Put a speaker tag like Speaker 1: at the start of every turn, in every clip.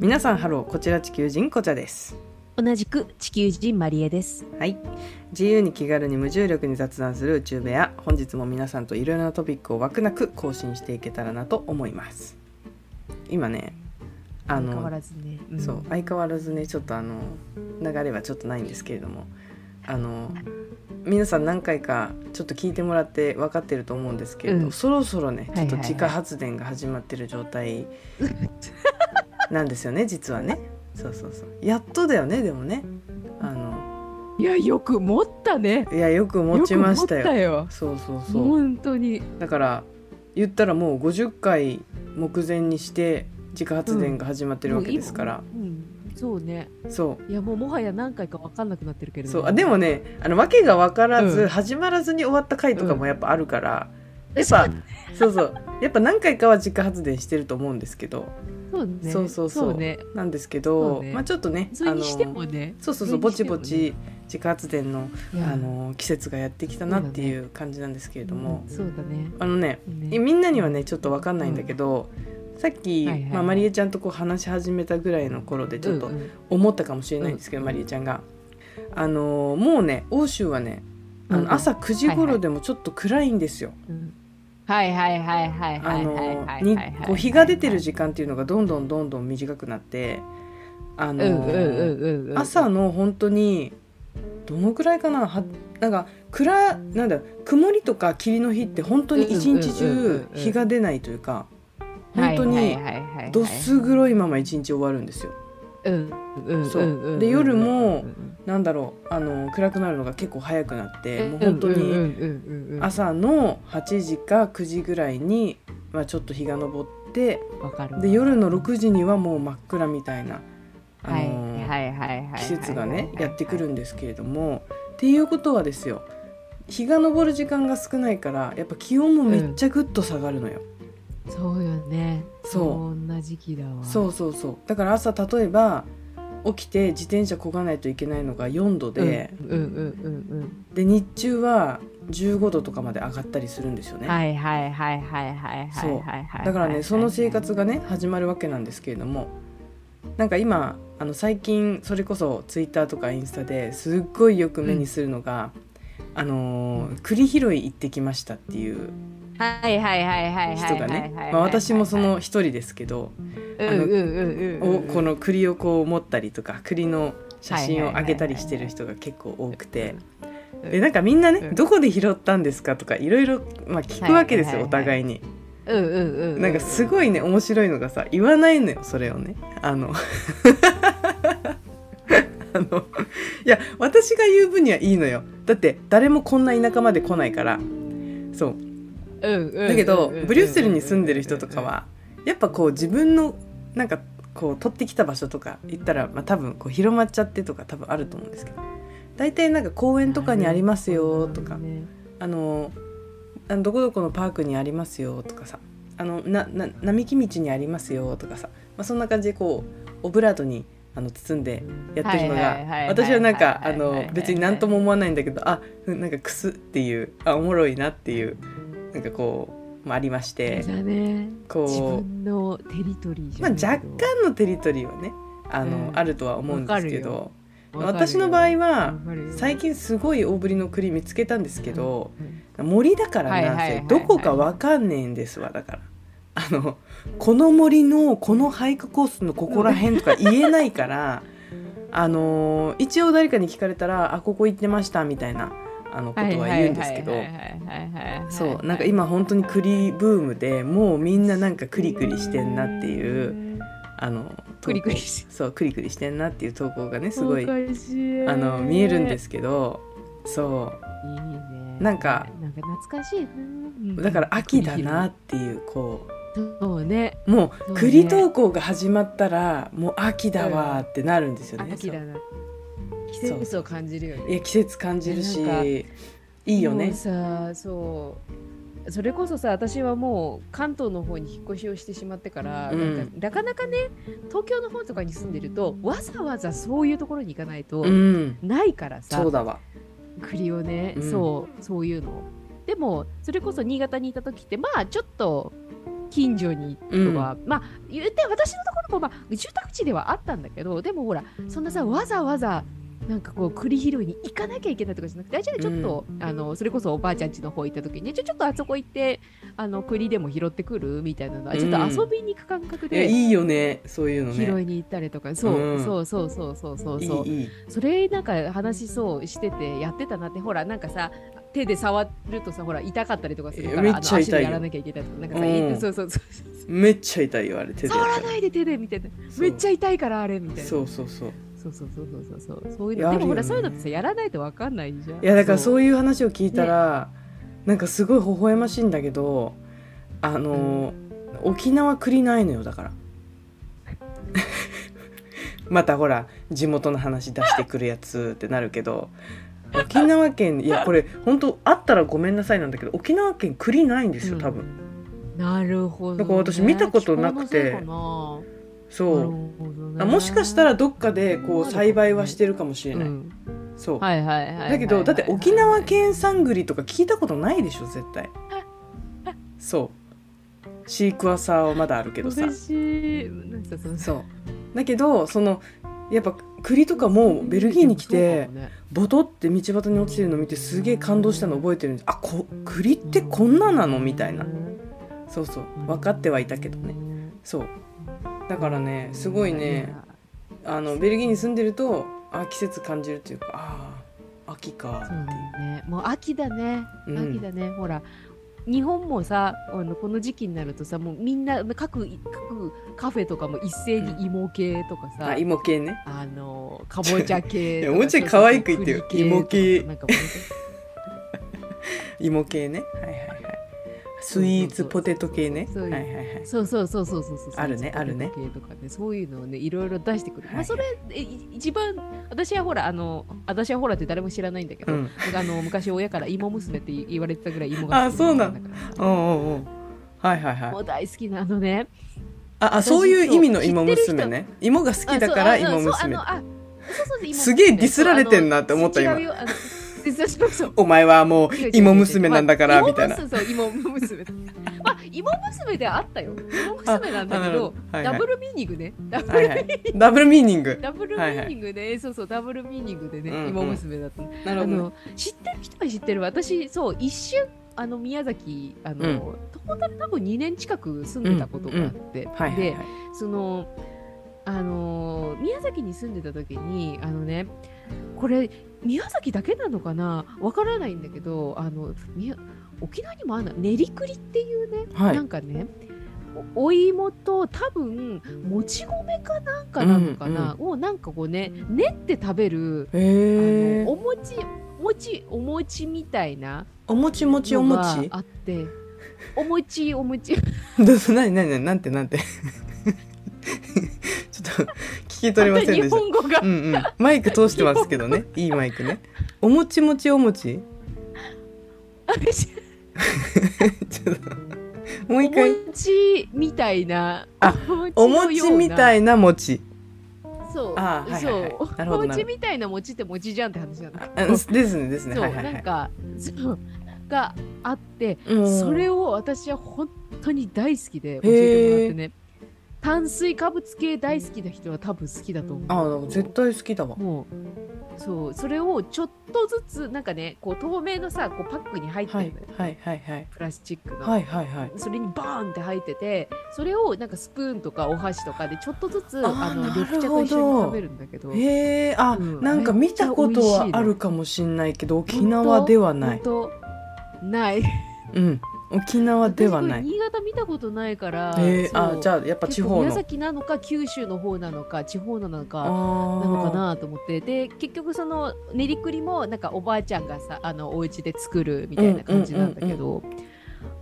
Speaker 1: 皆さんハローこちら地球人こちゃです
Speaker 2: 同じく地球人マリエです。
Speaker 1: はい自由に気軽に無重力に雑談する宇宙部屋本日も皆さんといろいろなトピックを枠なく更新していけたらなと思います今ねあ
Speaker 2: 相変わ
Speaker 1: の
Speaker 2: らずね。ん
Speaker 1: そう相変わらずねちょっとあの流れはちょっとないんですけれどもあの皆さん何回かちょっと聞いてもらって分かってると思うんですけれど、
Speaker 2: うん
Speaker 1: そろそろねちょっと
Speaker 2: はいはいはい
Speaker 1: 自家発電が始まってる状 態なんですよね実はねそうそうそうやっとだよねでもねあの
Speaker 2: いや、よく持ったね。
Speaker 1: いやよく持ちましたよ
Speaker 2: よく持ったよ。
Speaker 1: そうそうそう
Speaker 2: 本当に。
Speaker 1: だから言ったらもう50回目前にして自家発電が始まってるわけですから、
Speaker 2: うん、そうね。
Speaker 1: そう
Speaker 2: いや、もうもはや何回か分かんなくなってるけれど。
Speaker 1: そうあでも。ねあの訳が分からず、
Speaker 2: うん
Speaker 1: 始まらずに終わった回とかもやっぱあるから、やっ
Speaker 2: そ
Speaker 1: ぱ
Speaker 2: う
Speaker 1: そうそうやっぱ何回かは自家発電してると思うんですけど
Speaker 2: そうね。
Speaker 1: そうそうそう
Speaker 2: ね。
Speaker 1: なんですけど、
Speaker 2: そうね
Speaker 1: まあちょっとね
Speaker 2: それにしてもね。
Speaker 1: そうそうそう
Speaker 2: それ
Speaker 1: ぼ
Speaker 2: にして
Speaker 1: ち
Speaker 2: もね
Speaker 1: ぼち自家発電の,、
Speaker 2: いや
Speaker 1: あ。の季節がやってきたなっていう感じなんですけれども、
Speaker 2: そうだね。
Speaker 1: あのね
Speaker 2: ね
Speaker 1: みんなにはねちょっと分かんないんだけど、さっき、
Speaker 2: はいはいはい
Speaker 1: まあ、マリエちゃんとこう話し始めたぐらいの頃でちょっと
Speaker 2: うんうん
Speaker 1: 思ったかもしれないんですけど、マリエちゃんが。あのーもうね欧州はねあ
Speaker 2: うんうん
Speaker 1: の朝9時頃でもちょっと暗いんですよ。
Speaker 2: うんはいはいはいはい
Speaker 1: あ
Speaker 2: はい
Speaker 1: の
Speaker 2: はい
Speaker 1: ー
Speaker 2: はい
Speaker 1: に
Speaker 2: はいはい。
Speaker 1: こう日が出てる時間っていうのがどんどんどんどん短くなってあの
Speaker 2: うんうんうん
Speaker 1: ー
Speaker 2: うんうん。
Speaker 1: 朝の本当にどのくらいかなはなんか暗なんだ曇りとか霧の日って本当に一日
Speaker 2: うんうんうんうん
Speaker 1: 中
Speaker 2: うん
Speaker 1: 日が出ないというか本当にどす黒いまま一日終わるんですよ。そうで夜もなんだろうあの暗くなるのが結構早くなってもう本当に
Speaker 2: に
Speaker 1: 朝の8時か9時ぐらいに、まあ、ちょっと日が昇ってで夜の6時にはもう真っ暗みたいな、あの季節がねやってくるんですけれどもっていうことはですよ日が昇る時間が少ないからやっぱ気温もめっちゃぐっと下がるのよ。
Speaker 2: そうよね
Speaker 1: そう
Speaker 2: そんな時期だわ
Speaker 1: そうそうそうだから朝例えば起きて自転車こがないといけないのが4度
Speaker 2: うん
Speaker 1: で、
Speaker 2: うんうん
Speaker 1: で日中は15度とかまで上がったりするんですよ
Speaker 2: う
Speaker 1: ね。
Speaker 2: んはいはいはいはいはいはい
Speaker 1: そう
Speaker 2: はいはい
Speaker 1: だからねその生活がね始まるわけなんですけれどもなんか今あの最近それこそツイッターとかインスタですっごいよく目にするのが、あのー栗拾い行ってきましたっていう
Speaker 2: はいはいはいはいはい
Speaker 1: 人がねまあ私もその一人ですけど、
Speaker 2: あ
Speaker 1: のお
Speaker 2: の
Speaker 1: この栗をこう持ったりとか栗の写真をあげたりして
Speaker 2: はいはいはいは
Speaker 1: る人
Speaker 2: い
Speaker 1: が結構多くて
Speaker 2: うん
Speaker 1: でなんかみんなね
Speaker 2: うん
Speaker 1: どこで拾ったんですかとかいろいろまあ聞くわけですよ
Speaker 2: はいはいは
Speaker 1: お互
Speaker 2: いはい
Speaker 1: いに。
Speaker 2: うんうんうん
Speaker 1: なんかすごいね面白いのがさ言わないのよそれをねあの あのいや私が言う分にはいいのよだって誰もこんな田舎まで来ないからそうだ
Speaker 2: だ
Speaker 1: けどブリュッセルに住んでる人とかはやっぱこう自分のなんかこう取ってきた場所とか行ったら、まあ、多分こう広まっちゃってとか多分あると思うんですけど大体なんか公園とかにありますよとか
Speaker 2: ね
Speaker 1: あのあのどこどこのパークにありますよとかさあのなな並木道にありますよとかさ、まあ、そんな感じでこうオブラートにあの包んでやってるの
Speaker 2: はいはいはいはいは
Speaker 1: が
Speaker 2: い
Speaker 1: 私はなんか
Speaker 2: はい
Speaker 1: あ
Speaker 2: はいはいはい
Speaker 1: の別に何とも思わないんだけどあなんかくすっていうあおもろいなっていうなんかこう、まあ、ありまし
Speaker 2: そう
Speaker 1: て
Speaker 2: だね自
Speaker 1: こ
Speaker 2: 分のテリトリー
Speaker 1: う、
Speaker 2: じ
Speaker 1: まあ、
Speaker 2: ゃないけど
Speaker 1: 若干のテリトリーはねあの、
Speaker 2: うん
Speaker 1: あるとは思うんですけ
Speaker 2: わ
Speaker 1: ど
Speaker 2: わかるよ
Speaker 1: 私の場合は
Speaker 2: わかるよ
Speaker 1: 最近すごい大ぶりの栗見つけたんですけど。
Speaker 2: うん
Speaker 1: 森だからなんせ、
Speaker 2: はいはいはいはい
Speaker 1: どこかわかんねえんですわだからあのこの森のこの俳句コースのここら辺とか言えないから あの一応誰かに聞かれたら「あここ行ってました」みたいなあのことは言うんですけど
Speaker 2: はいはいはいはいはい
Speaker 1: そうなんか今本当に栗ブームでもうみんななんかクリクリしてんなっていうあの
Speaker 2: クリクリ
Speaker 1: 投
Speaker 2: し
Speaker 1: 稿そうクリクリしてんなっていう投稿がね
Speaker 2: て
Speaker 1: すごい
Speaker 2: おかしい
Speaker 1: あの見えるんですすけどそう
Speaker 2: いいね
Speaker 1: なんか
Speaker 2: なんか懐かしいなうん
Speaker 1: だから秋だなっていうこう。
Speaker 2: そうね
Speaker 1: も
Speaker 2: そううね
Speaker 1: 栗投稿が始まったらもう秋だわーってなるんですよね。
Speaker 2: 秋だ
Speaker 1: そ
Speaker 2: な季節を感じるよ
Speaker 1: うい
Speaker 2: ね
Speaker 1: や季節感じるし
Speaker 2: いやなんか
Speaker 1: いいよ
Speaker 2: も
Speaker 1: ね
Speaker 2: う。さそうそれこそさ私はもう関東の方に引っ越しをしてしまってから、
Speaker 1: うん
Speaker 2: なんかなかなかね東京の方とかに住んでるとわざわざそういうところに行かないと、
Speaker 1: うん、
Speaker 2: ないからさ
Speaker 1: そうだわ。
Speaker 2: 栗をね、
Speaker 1: うん
Speaker 2: そうそういうのでもそれこそ新潟にいた時ってまあちょっと近所にとか、まあ言って私のところも、まあ、住宅地ではあったんだけどでもほらそんなさわざわざなんかこう栗拾いに行かなきゃいけないとかじゃなくて、あじゃあちょっと、うん、あのそれこそおばあちゃん家の方行った時に、ね、ちょちょっとあそこ行ってあの栗でも拾ってくるみたいなのは、うん、ちょっと遊びに行く感覚で、
Speaker 1: いいよねそういうのね
Speaker 2: 拾いに行ったりとかそう,うん、そうそうそうそうそうそうそれなんか話そうしててやってたなってほらなんかさ手で触るとさほら痛かったりとかするから、
Speaker 1: めっちゃ痛い
Speaker 2: やらなきゃいけないとかなんかさ、うん、そうそうそう
Speaker 1: めっちゃ痛いよあれ手
Speaker 2: で触らないで手でみたいなめっちゃ痛いからあれみたいな
Speaker 1: そうそうそう
Speaker 2: そうそうそうそうそうそういうの、ね、でもほらそういうのってさやらないとわかんないじゃん
Speaker 1: いやだからそういう話を聞いたら、ね、なんかすごい微笑ましいんだけどあの、うん、沖縄栗ないのよだから またほら地元の話出してくるやつってなるけど沖縄県いやこれ本当あったらごめんなさいなんだけど沖縄県栗ないんですよ多分、
Speaker 2: うん、なるほど、ね、
Speaker 1: だから私見たことなくてそう、ね、もしかしたらどっかでこう栽培はしてるかもしれない、うん、そう、
Speaker 2: はいはいはい、はい、
Speaker 1: だけどだって沖縄県産栗とか聞いたことないでしょ絶対そうシークワーサーはまだあるけどさそうだけどそのやっぱ栗とかもベルギーに来て、ね、ボトって道端に落ちてるの見てすげえ感動したの覚えてるんですあこ栗ってこんななのみたいなそうそう分かってはいたけどねそうだからねすごいねあのベルギーに住んでるとあ季節感じるというかああ秋か
Speaker 2: そうねもう秋だね秋だね、うん、ほら日本もさあのこの時期になるとさもうみんな各各カフェとかも一斉に芋系とかさ、うん、あ
Speaker 1: 芋系ね
Speaker 2: あのかぼちゃ系
Speaker 1: もう ちょい可愛く言ってよ芋系芋系ねはいはいはいスイーツポテト系ね。
Speaker 2: そうそうそうそうそう
Speaker 1: あるねあるね。
Speaker 2: 系とかねそういうのをねいろいろ出してくる。まあそれ一番私はほらあの私はほらって誰も知らないんだけど、あの昔親から芋娘って言われてたぐらい芋が。
Speaker 1: あそうなんだ。うんうんうん。はいはいはい。
Speaker 2: もう大好きなあのね。
Speaker 1: ああそういう意味の芋娘ね。芋が好きだから芋娘。すげえディスられてんなって思った今。 お前はもう芋娘なんだからみたいな。
Speaker 2: 芋娘。まあ芋娘であったよ。芋娘なんだけど、ダブルミーニングね。ダブルミーニング。
Speaker 1: ダブルミーニング。
Speaker 2: ダブルミーニングで、そうそうダブルミーニングでね、芋娘だった。なるほど。知ってる人は知ってる。私そう一瞬あの宮崎あのトータル多分2年近く住んでたことがあって、でそのあの宮崎に住んでた時にあのね。これ宮崎だけなのかなわからないんだけどあの沖縄にもあるの練り栗っていうね、はい、なんかねお芋と多分もち米かなんかなのかな、うんうん、をなんかこうね練って食べるあのお餅もちお餅みたいな
Speaker 1: お餅もちお餅
Speaker 2: あってお餅お餅
Speaker 1: どうぞ何何何なんてなんて ちょっと聞き取れませんでした。日
Speaker 2: 本語が、
Speaker 1: うんうん、マイク通してますけどね。いいマイクね。おもちもちおも ち。もう一回。
Speaker 2: お餅みたいな。
Speaker 1: あ、お餅みたいな餅。。
Speaker 2: そう。あ、はいはい、そう。お餅みたいな餅って餅じゃんって話じゃない
Speaker 1: ですねですね。
Speaker 2: そう、なんかそうがあって、それを私は本当に大好きで教えてもらってね。炭水化物系大好きな人は多分好きだと思
Speaker 1: うあ絶対好きだわ
Speaker 2: もうそうそれをちょっとずつなんかねこう透明のさこうパックに入ってるのよ、
Speaker 1: はいはいはいはい、
Speaker 2: プラスチックの、
Speaker 1: はいはいはい、
Speaker 2: それにバーンって入っててそれをなんかスプーンとかお箸とかでちょっとずつあの緑茶と一緒に食べるんだけど
Speaker 1: へえあ、うん、なんか見たことはあるかもしんないけど沖縄ではない
Speaker 2: ない
Speaker 1: うん沖縄 ではない
Speaker 2: 新潟見たことないから、
Speaker 1: えー、あじゃあやっぱ地方
Speaker 2: 宮崎なのか九州の方なのか地方なのかなのかなと思ってで結局その練り栗もなんかおばあちゃんがさあのお家で作るみたいな感じなんだけど、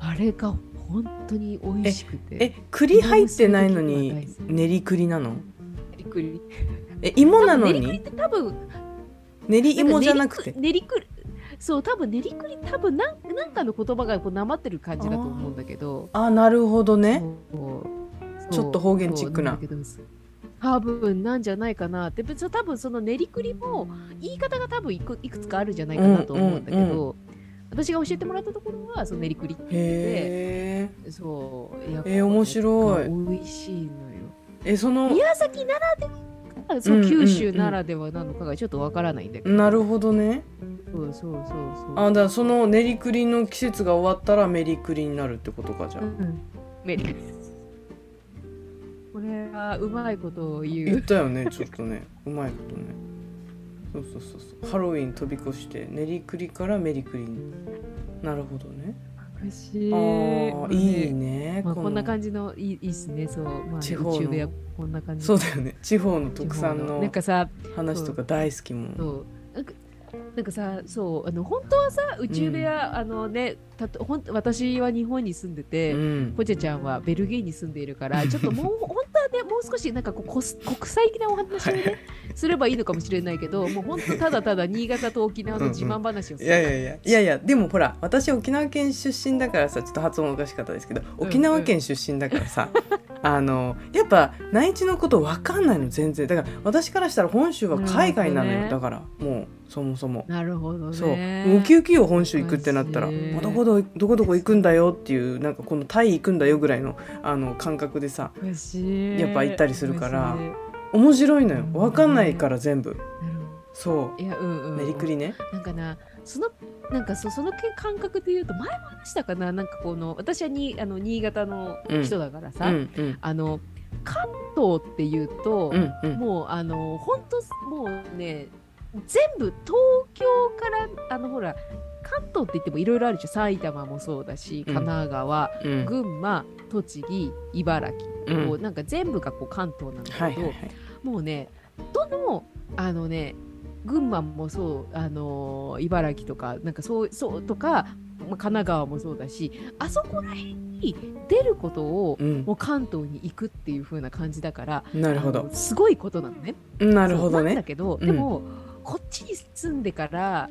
Speaker 2: あれが本当に美味しくて
Speaker 1: え栗入ってないのに練り栗なの
Speaker 2: 練り栗
Speaker 1: え芋なのに
Speaker 2: 多分
Speaker 1: 練り芋じゃなくて
Speaker 2: 練り栗そう多分練り栗多分なんなんかの言葉がこうなまってる感じだと思うんだけど
Speaker 1: あなるほどねちょっと方言チックな
Speaker 2: 多分なんじゃないかなって別に多分その練り栗も言い方が多分いくいくつかあるんじゃないかなと思うんだけど、私が教えてもらったところはその練り栗って
Speaker 1: へえ
Speaker 2: でそういや
Speaker 1: えー面白い
Speaker 2: これ美味しいのよ
Speaker 1: えその
Speaker 2: 宮崎ならではかそ
Speaker 1: うんう
Speaker 2: う
Speaker 1: んうん
Speaker 2: 九州ならではなのかがちょっとわからないんだけど、
Speaker 1: なるほどね
Speaker 2: そうそうそうそう
Speaker 1: あだからその練りくりの季節が終わったらメリクリになるってことかじゃあ、
Speaker 2: うんメリークリスこれはうまいことを言
Speaker 1: 言っ
Speaker 2: う
Speaker 1: たよねちょっとねうまいことねそうそうそうそうハロウィン飛び越して練りくりからメリクリになるほどね
Speaker 2: 美しい
Speaker 1: あ
Speaker 2: まあ
Speaker 1: ー
Speaker 2: ね
Speaker 1: いいね、
Speaker 2: まあ、
Speaker 1: この
Speaker 2: こんな感じのいいいいっすねそう、まあ、
Speaker 1: 地方の
Speaker 2: 宇宙部屋こんな感じ
Speaker 1: そうだよね地方の特産
Speaker 2: な
Speaker 1: の
Speaker 2: んかさ
Speaker 1: 話とか大好きもん
Speaker 2: そうなんかなんかさそうあの本当はさ宇宙部屋、あのねたとほん私は日本に住んでて、
Speaker 1: うん
Speaker 2: ポチェちゃんはベルギーに住んでいる からちょっともう本当はねもう少しなんかこうこす国際的なお話をねすればいいのかもしれないけどもう本当ただただ新潟と沖縄の自慢話をす
Speaker 1: い
Speaker 2: る
Speaker 1: やいやいやいやいやでもほら私沖縄県出身だからさちょっと発音おかしかったですけど
Speaker 2: うん
Speaker 1: 沖縄県出身だから さ、あのやっぱ内地のこと分かんないの全然だから私からしたら本州は海外なのよ、
Speaker 2: なるほどね
Speaker 1: だからもうそもそも。
Speaker 2: なるほどね
Speaker 1: そうウキウキよ本州行くってなったら
Speaker 2: マジ
Speaker 1: どこどどこどこ行くんだよっていうなんかこのタイ行くんだよぐらいのあの感覚でさ
Speaker 2: 嬉しい
Speaker 1: やっぱ行ったりするから
Speaker 2: 嬉しい
Speaker 1: 面白いのよ分かんないから全部
Speaker 2: なるほ
Speaker 1: そ
Speaker 2: どいやうんう
Speaker 1: うんメリクリね
Speaker 2: なんかなそのなんかそそのけ感覚で言うと前も話したかななんかこの私はにあの新潟の人だから
Speaker 1: う
Speaker 2: さ、
Speaker 1: んうん
Speaker 2: あの関東っていうと、
Speaker 1: うんうん
Speaker 2: もうあの本当もうね全部東京からあのほら関東って言ってもいろいろあるでしょ埼玉もそうだし
Speaker 1: うん
Speaker 2: 神奈川、
Speaker 1: うん
Speaker 2: 群馬栃木茨城、
Speaker 1: うん
Speaker 2: こうなんか全部がこう関東なんだけど、
Speaker 1: はいはいはい
Speaker 2: もうねどのあのね群馬もそうあのー茨城とかなんかそうそうとか、まあ、神奈川もそうだしあそこら辺に出ることを、
Speaker 1: うん
Speaker 2: もう関東に行くっていう風な感じだから
Speaker 1: なるほ
Speaker 2: あ
Speaker 1: ど
Speaker 2: のすごいことなのね。
Speaker 1: なるほ
Speaker 2: そ
Speaker 1: ど
Speaker 2: うなんだ
Speaker 1: ね
Speaker 2: けど、
Speaker 1: うん
Speaker 2: でもこっちに住んでから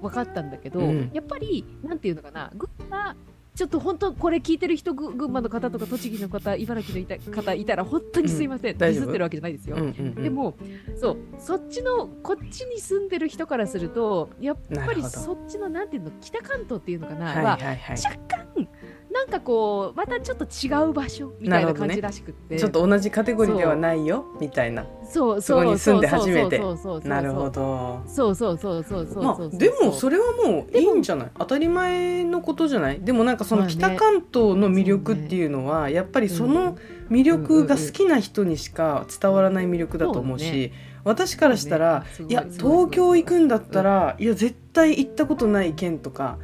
Speaker 2: 分かったんだけど、
Speaker 1: うん
Speaker 2: やっぱりなんていうのかな群馬ちょっと本当これ聞いてる人ぐ群馬の方とか栃木の方茨城のいた方いたら本当にすいません、
Speaker 1: うん
Speaker 2: デ
Speaker 1: 大
Speaker 2: ィ
Speaker 1: 丈夫
Speaker 2: スってるわけじゃないですよ。
Speaker 1: うんうんうん
Speaker 2: でもそうそっちのこっちに住んでる人からするとやっぱ
Speaker 1: なる
Speaker 2: り
Speaker 1: ほど
Speaker 2: そっちのなんていうの北関東っていうのかな、
Speaker 1: は
Speaker 2: はい
Speaker 1: はいはい
Speaker 2: 若干なんかこうまたちょっと違う場所みたいな感じらしくって、
Speaker 1: ちょっと同じカテゴリーではないよみたいな
Speaker 2: そう
Speaker 1: そこ
Speaker 2: そう
Speaker 1: に住んで初めて
Speaker 2: そうそうそうそうそう
Speaker 1: なるほど
Speaker 2: そうそうそうそうそうそう
Speaker 1: ま
Speaker 2: そう
Speaker 1: あ
Speaker 2: そう
Speaker 1: でもそれはもういいんじゃない当たり前のことじゃないでもなんかそ
Speaker 2: ま
Speaker 1: の
Speaker 2: あね
Speaker 1: 北関東の魅力っていうのはやっぱりその魅力が好きな人にしか伝わらない魅力だと思う
Speaker 2: そうね
Speaker 1: し私からしたら
Speaker 2: そうね
Speaker 1: いや
Speaker 2: すごい
Speaker 1: 東京行くんだったらいや絶対行ったことない県とか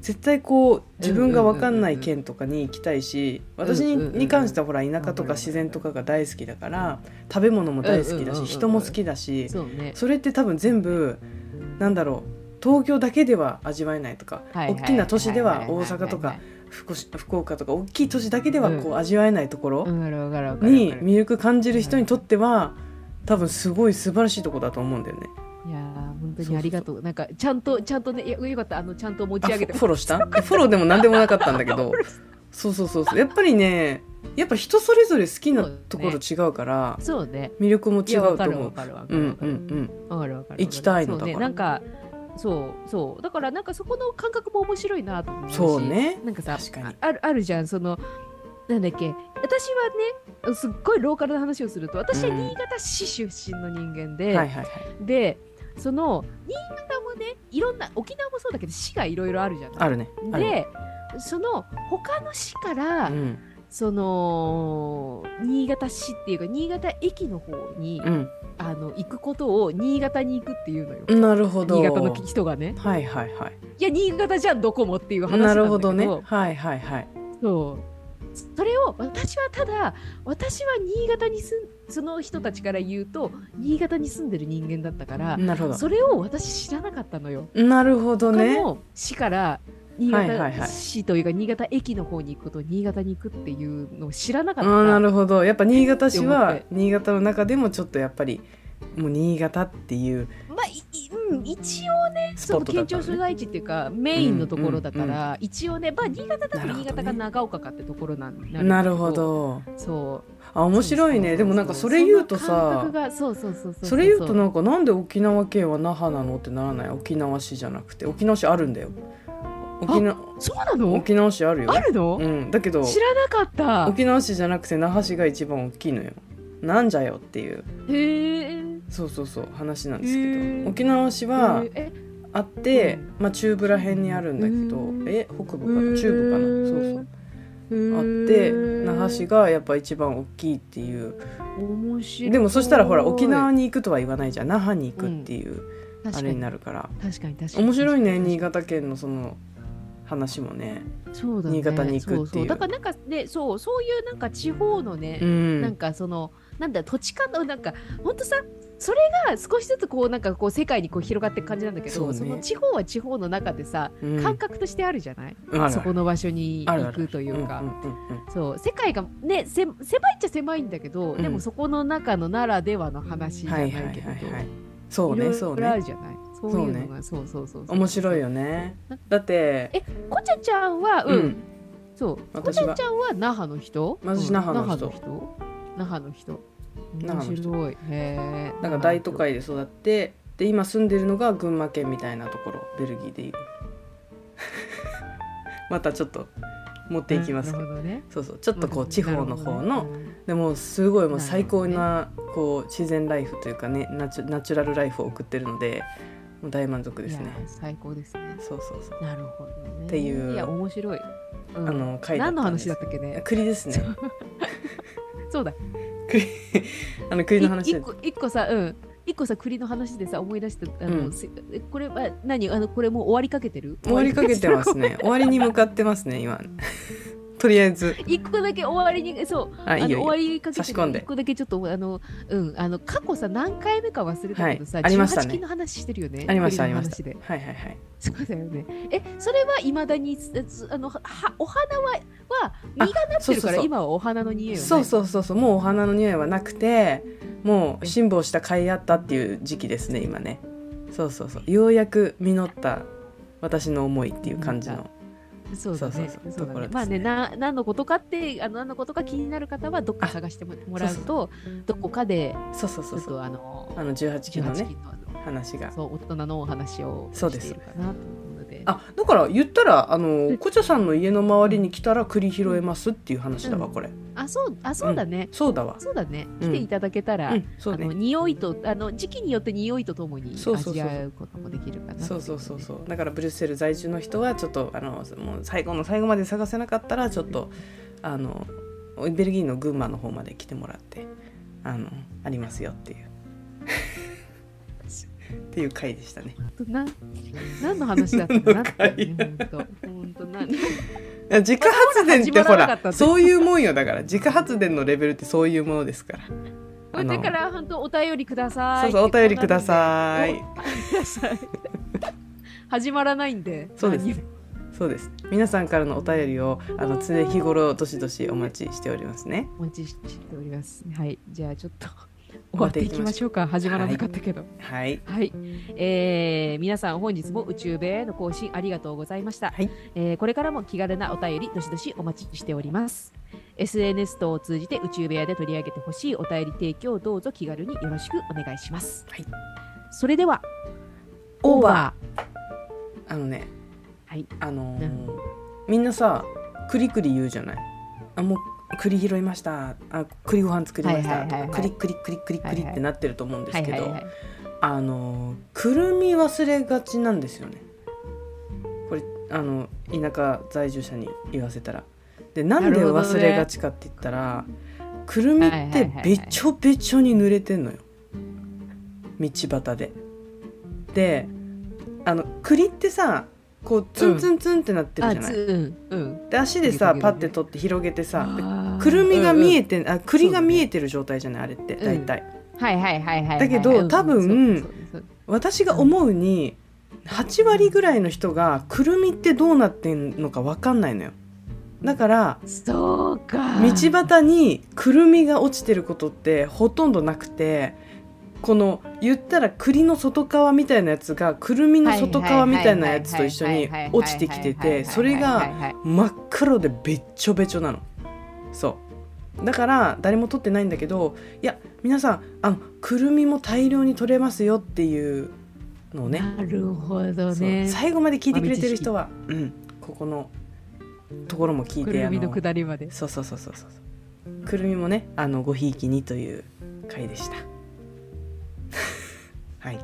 Speaker 1: 絶対こう自分が分かんない県とかに行きたいし
Speaker 2: んうんうん
Speaker 1: 私にに関してはほら田舎と
Speaker 2: うんうんうん
Speaker 1: か自然とかが大好きだから食べ物も大好きだ
Speaker 2: うんうんうんう
Speaker 1: し
Speaker 2: ん
Speaker 1: 人も好きだし
Speaker 2: そうね
Speaker 1: それって多分全部なんだろう東京だけでは味わえないとか大きな都市では大阪とか福し福岡とか大きい都市だけではこう味わえないところ
Speaker 2: 分かる分かる分かる
Speaker 1: に
Speaker 2: わかる
Speaker 1: 魅力感じる人にとっては多分すごい素晴らしいとこだと思うんだよね。
Speaker 2: いやー本当にありがとうなんかちゃんとちゃんとねいやよかったあのちゃんと持
Speaker 1: あ
Speaker 2: ち
Speaker 1: フ
Speaker 2: 上げて
Speaker 1: ォフォローしたフォローでも何でもなかったんだけ どそうそうそうそうやっぱりねやっぱ人それぞれ好きなところ違うから
Speaker 2: そうね
Speaker 1: 魅力も
Speaker 2: い
Speaker 1: 違
Speaker 2: や
Speaker 1: う
Speaker 2: 分
Speaker 1: と
Speaker 2: かる
Speaker 1: 思
Speaker 2: 分
Speaker 1: う。
Speaker 2: かる分か
Speaker 1: う
Speaker 2: る
Speaker 1: ん
Speaker 2: 分か
Speaker 1: う
Speaker 2: る
Speaker 1: んうん
Speaker 2: わかるわかる
Speaker 1: 行きたいの
Speaker 2: そうね
Speaker 1: だから
Speaker 2: なんかそうそうだからなんかそこの感覚も面白いなと思うし
Speaker 1: そうね
Speaker 2: なんかさ
Speaker 1: 確かに
Speaker 2: ああるあるじゃんそのなんだっけ私はねすっごいローカルな話をすると私は新潟市出身の人間で、
Speaker 1: はいはいはい
Speaker 2: でその新潟もねいろんな沖縄もそうだけど市がいろいろあるじゃな
Speaker 1: あ
Speaker 2: い
Speaker 1: るねあるね
Speaker 2: でその他の市から、
Speaker 1: うん
Speaker 2: その新潟市っていうか新潟駅の方に、あの行くことを新潟に行くっていうのよ
Speaker 1: うんなるほど
Speaker 2: 新潟の人がね
Speaker 1: はいはいはい
Speaker 2: いや新潟じゃんどこもっていう話な
Speaker 1: なん
Speaker 2: だけど
Speaker 1: るほどねはいはいはい
Speaker 2: そうそれを私はただ私は新潟に住んその人たちから言うと新潟に住んでる人間だったから、
Speaker 1: なるほ
Speaker 2: それを私知らなかったのよ。
Speaker 1: どなるほど
Speaker 2: 他
Speaker 1: ね
Speaker 2: の市から新
Speaker 1: はいはいは
Speaker 2: 潟
Speaker 1: い
Speaker 2: 市というか新潟駅の方に行くこと新潟に行くっていうのを知らなか
Speaker 1: あ
Speaker 2: った。
Speaker 1: ーなるほどやっぱ新潟市
Speaker 2: っ
Speaker 1: は
Speaker 2: て
Speaker 1: 新潟の中でもちょっとやっぱりもう新潟っていう
Speaker 2: まあいいうん、一応
Speaker 1: ス
Speaker 2: そ
Speaker 1: ポ
Speaker 2: の
Speaker 1: ットだ
Speaker 2: 県
Speaker 1: った
Speaker 2: 庁
Speaker 1: の
Speaker 2: 所
Speaker 1: ね
Speaker 2: 在地っていうかメインのところだから、
Speaker 1: うんうん
Speaker 2: 一応ね、まあ、新潟だと
Speaker 1: なるほど
Speaker 2: 新
Speaker 1: ね
Speaker 2: 潟か長岡かってところなんだけ
Speaker 1: なるほど
Speaker 2: そう
Speaker 1: あ面白いねでもなんかそれ言うとさ
Speaker 2: その感覚がそうそうそうそう
Speaker 1: それ言うとなんかなんで沖縄県は那覇なのってならない沖縄市じゃなくて沖縄市あるんだよ沖縄
Speaker 2: そうなの
Speaker 1: 沖縄市あるよ
Speaker 2: あるの、
Speaker 1: うん、だけど
Speaker 2: 知らなかった
Speaker 1: 沖縄市じゃなくて那覇市が一番大きいのよなんじゃよっていう
Speaker 2: へえ
Speaker 1: そうそうそう話なんですけど沖縄市はあって、まあ、中部ら辺にあるんだけどえ北部かな中部かなそうそうあって那覇市がやっぱ一番大きいっていう
Speaker 2: 面白い
Speaker 1: でもそしたらほら沖縄に行くとは言わないじゃん那覇に行くっていう、うん、あれになるから
Speaker 2: 確かに確か
Speaker 1: に面白いね新潟県のその話もね
Speaker 2: そうだ
Speaker 1: ね新潟に行くっていう
Speaker 2: だからなんかねそうそういうなんか地方のね、うん、なんかそのなんだ土地感のなんか本当さそれが少しずつこうなんかこう世界にこう広がっていく感じなんだけどそ、ね,、の地方は地方の中でさ、うん、感覚としてあるじゃない、うん、そこの場所に行くというかそう世界がねせ狭いっちゃ狭いんだけど、うん、でもそこの中のならではの話じゃないけど
Speaker 1: そうねそうね
Speaker 2: あるじゃないそういうのがそう,、ね、そうそうそう
Speaker 1: 面白いよねだって
Speaker 2: えこちゃちゃんはうん、そうこちゃちゃんは那覇の人
Speaker 1: 私那覇の人
Speaker 2: 那覇の人面白いへ
Speaker 1: なんか大都会で育ってで今住んでるのが群馬県みたいなところベルギーでいう またちょっと持っていきますけど、ね、そうそうちょっとこう地方の方の、ね、でもすごいもう最高なこう自然ライフというかねナチュナチュラルライフを送ってるのでもう大満足ですね
Speaker 2: 最高ですね
Speaker 1: そうそうそう
Speaker 2: なるほど、ね、
Speaker 1: っていう
Speaker 2: いや面白い、
Speaker 1: うん、あの
Speaker 2: 回何の話だったっけね
Speaker 1: 栗ですね
Speaker 2: そうだ
Speaker 1: あの栗の話
Speaker 2: 一個一個さうん一個さ栗の話でさ思い出したあの、うん、これは何あのこれもう終わりかけてる
Speaker 1: 終わりかけてますね終わりに向かってますね今とりあえず
Speaker 2: 一個だけ終わりにそう
Speaker 1: あいいよ
Speaker 2: 終わりかけて
Speaker 1: 一
Speaker 2: 個だけちょっとあのうんあの過去さ何回目か忘れたけどさ、
Speaker 1: はい、ありました
Speaker 2: ねの話してるよね
Speaker 1: ありましたありましたはいはいはい
Speaker 2: そうだよねえそれはいまだにあのはお花はは実がなってるから今はお花の匂い
Speaker 1: そうそうそうそうもうお花の匂いはなくてもう辛抱した甲斐あったっていう時期ですね今ねそうそうそうようやく実った私の思いっていう感じの。
Speaker 2: そうだね。まあね、な何のことかってあの何のことか気になる方はどっか探してもらうとどこかで
Speaker 1: そうそうそうそう
Speaker 2: あの
Speaker 1: あの十八期のね話が
Speaker 2: そう大人のお話を
Speaker 1: そうです
Speaker 2: あ
Speaker 1: だから言ったらあのこちゃさんの家の周りに来たら栗拾えますっていう話だわ、これ。
Speaker 2: あそうあそうだね、
Speaker 1: そうだわ
Speaker 2: そうだね来ていただけたら、あの匂いとあの時期によって匂いとともに味わうこともできるかな
Speaker 1: そうそうそうそうだからブリュッセル在住の人はちょっとあのもう最後の最後まで探せなかったらちょっとあのベルギーの群馬の方まで来てもらってあのありますよって いう。っていう回でしたね。
Speaker 2: な何の話だったか なって本当本。
Speaker 1: 当自家発電ってほらそういうもんよだから自家発電のレベルってそういうものですから
Speaker 2: だから本当お便りくださ
Speaker 1: い。そうそうお便りください。
Speaker 2: 始まらないんで。
Speaker 1: そうです。そうです。皆さんからのお便りをあの常日頃どしどしお待ちしておりますね。
Speaker 2: お待ちしております。はい。じゃあちょっと。終わっていきましょうか始まらなかったけど
Speaker 1: はい、
Speaker 2: はいえー、皆さん本日も宇宙部への更新ありがとうございました、はい、えー、これからも気軽なお便りどしどしお待ちしております SNS 等を通じて宇宙部屋で取り上げてほしいお便り提供どうぞ気軽によろしくお願いします、はい、それではオーバ
Speaker 1: ーあのね
Speaker 2: はい
Speaker 1: あのーうん、みんなさくりくり言うじゃないあもう栗拾いましたあ栗ご飯作りましたとか栗栗栗栗栗ってなってると思うんですけどあのくるみ忘れがちなんですよねこれあの田舎在住者に言わせたら。でなんで忘れがちかって言ったら、ね、くるみってべちょべちょに濡れてんのよ道端で。であの栗ってさこうツンツンツンってなってるじゃない、
Speaker 2: うん
Speaker 1: で足でさパッて取って広げてさくるみが見えて、うんあ栗が見えてる状態じゃないあれって大体、
Speaker 2: はいはいはいはい
Speaker 1: だけど多分、私が思うに8割ぐらいの人がくるみってどうなってんのか分かんないのよだから
Speaker 2: そうか
Speaker 1: 道端にくるみが落ちてることってほとんどなくてこの言ったら栗の外側みたいなやつがくるみの外側みたいなやつと一緒に落ちてきててそれが真っ黒でべっちょべちょなのそうだから誰も取ってないんだけどいや皆さんあのくるみも大量に取れますよっていうのをね
Speaker 2: なるほどね
Speaker 1: 最後まで聞いてくれてる人は、うん、ここのところも聞いて
Speaker 2: くるみ
Speaker 1: あ
Speaker 2: の
Speaker 1: の
Speaker 2: 下りまで
Speaker 1: そうそうそうそうそうそうくるみもねあのごひいきにという回でした はい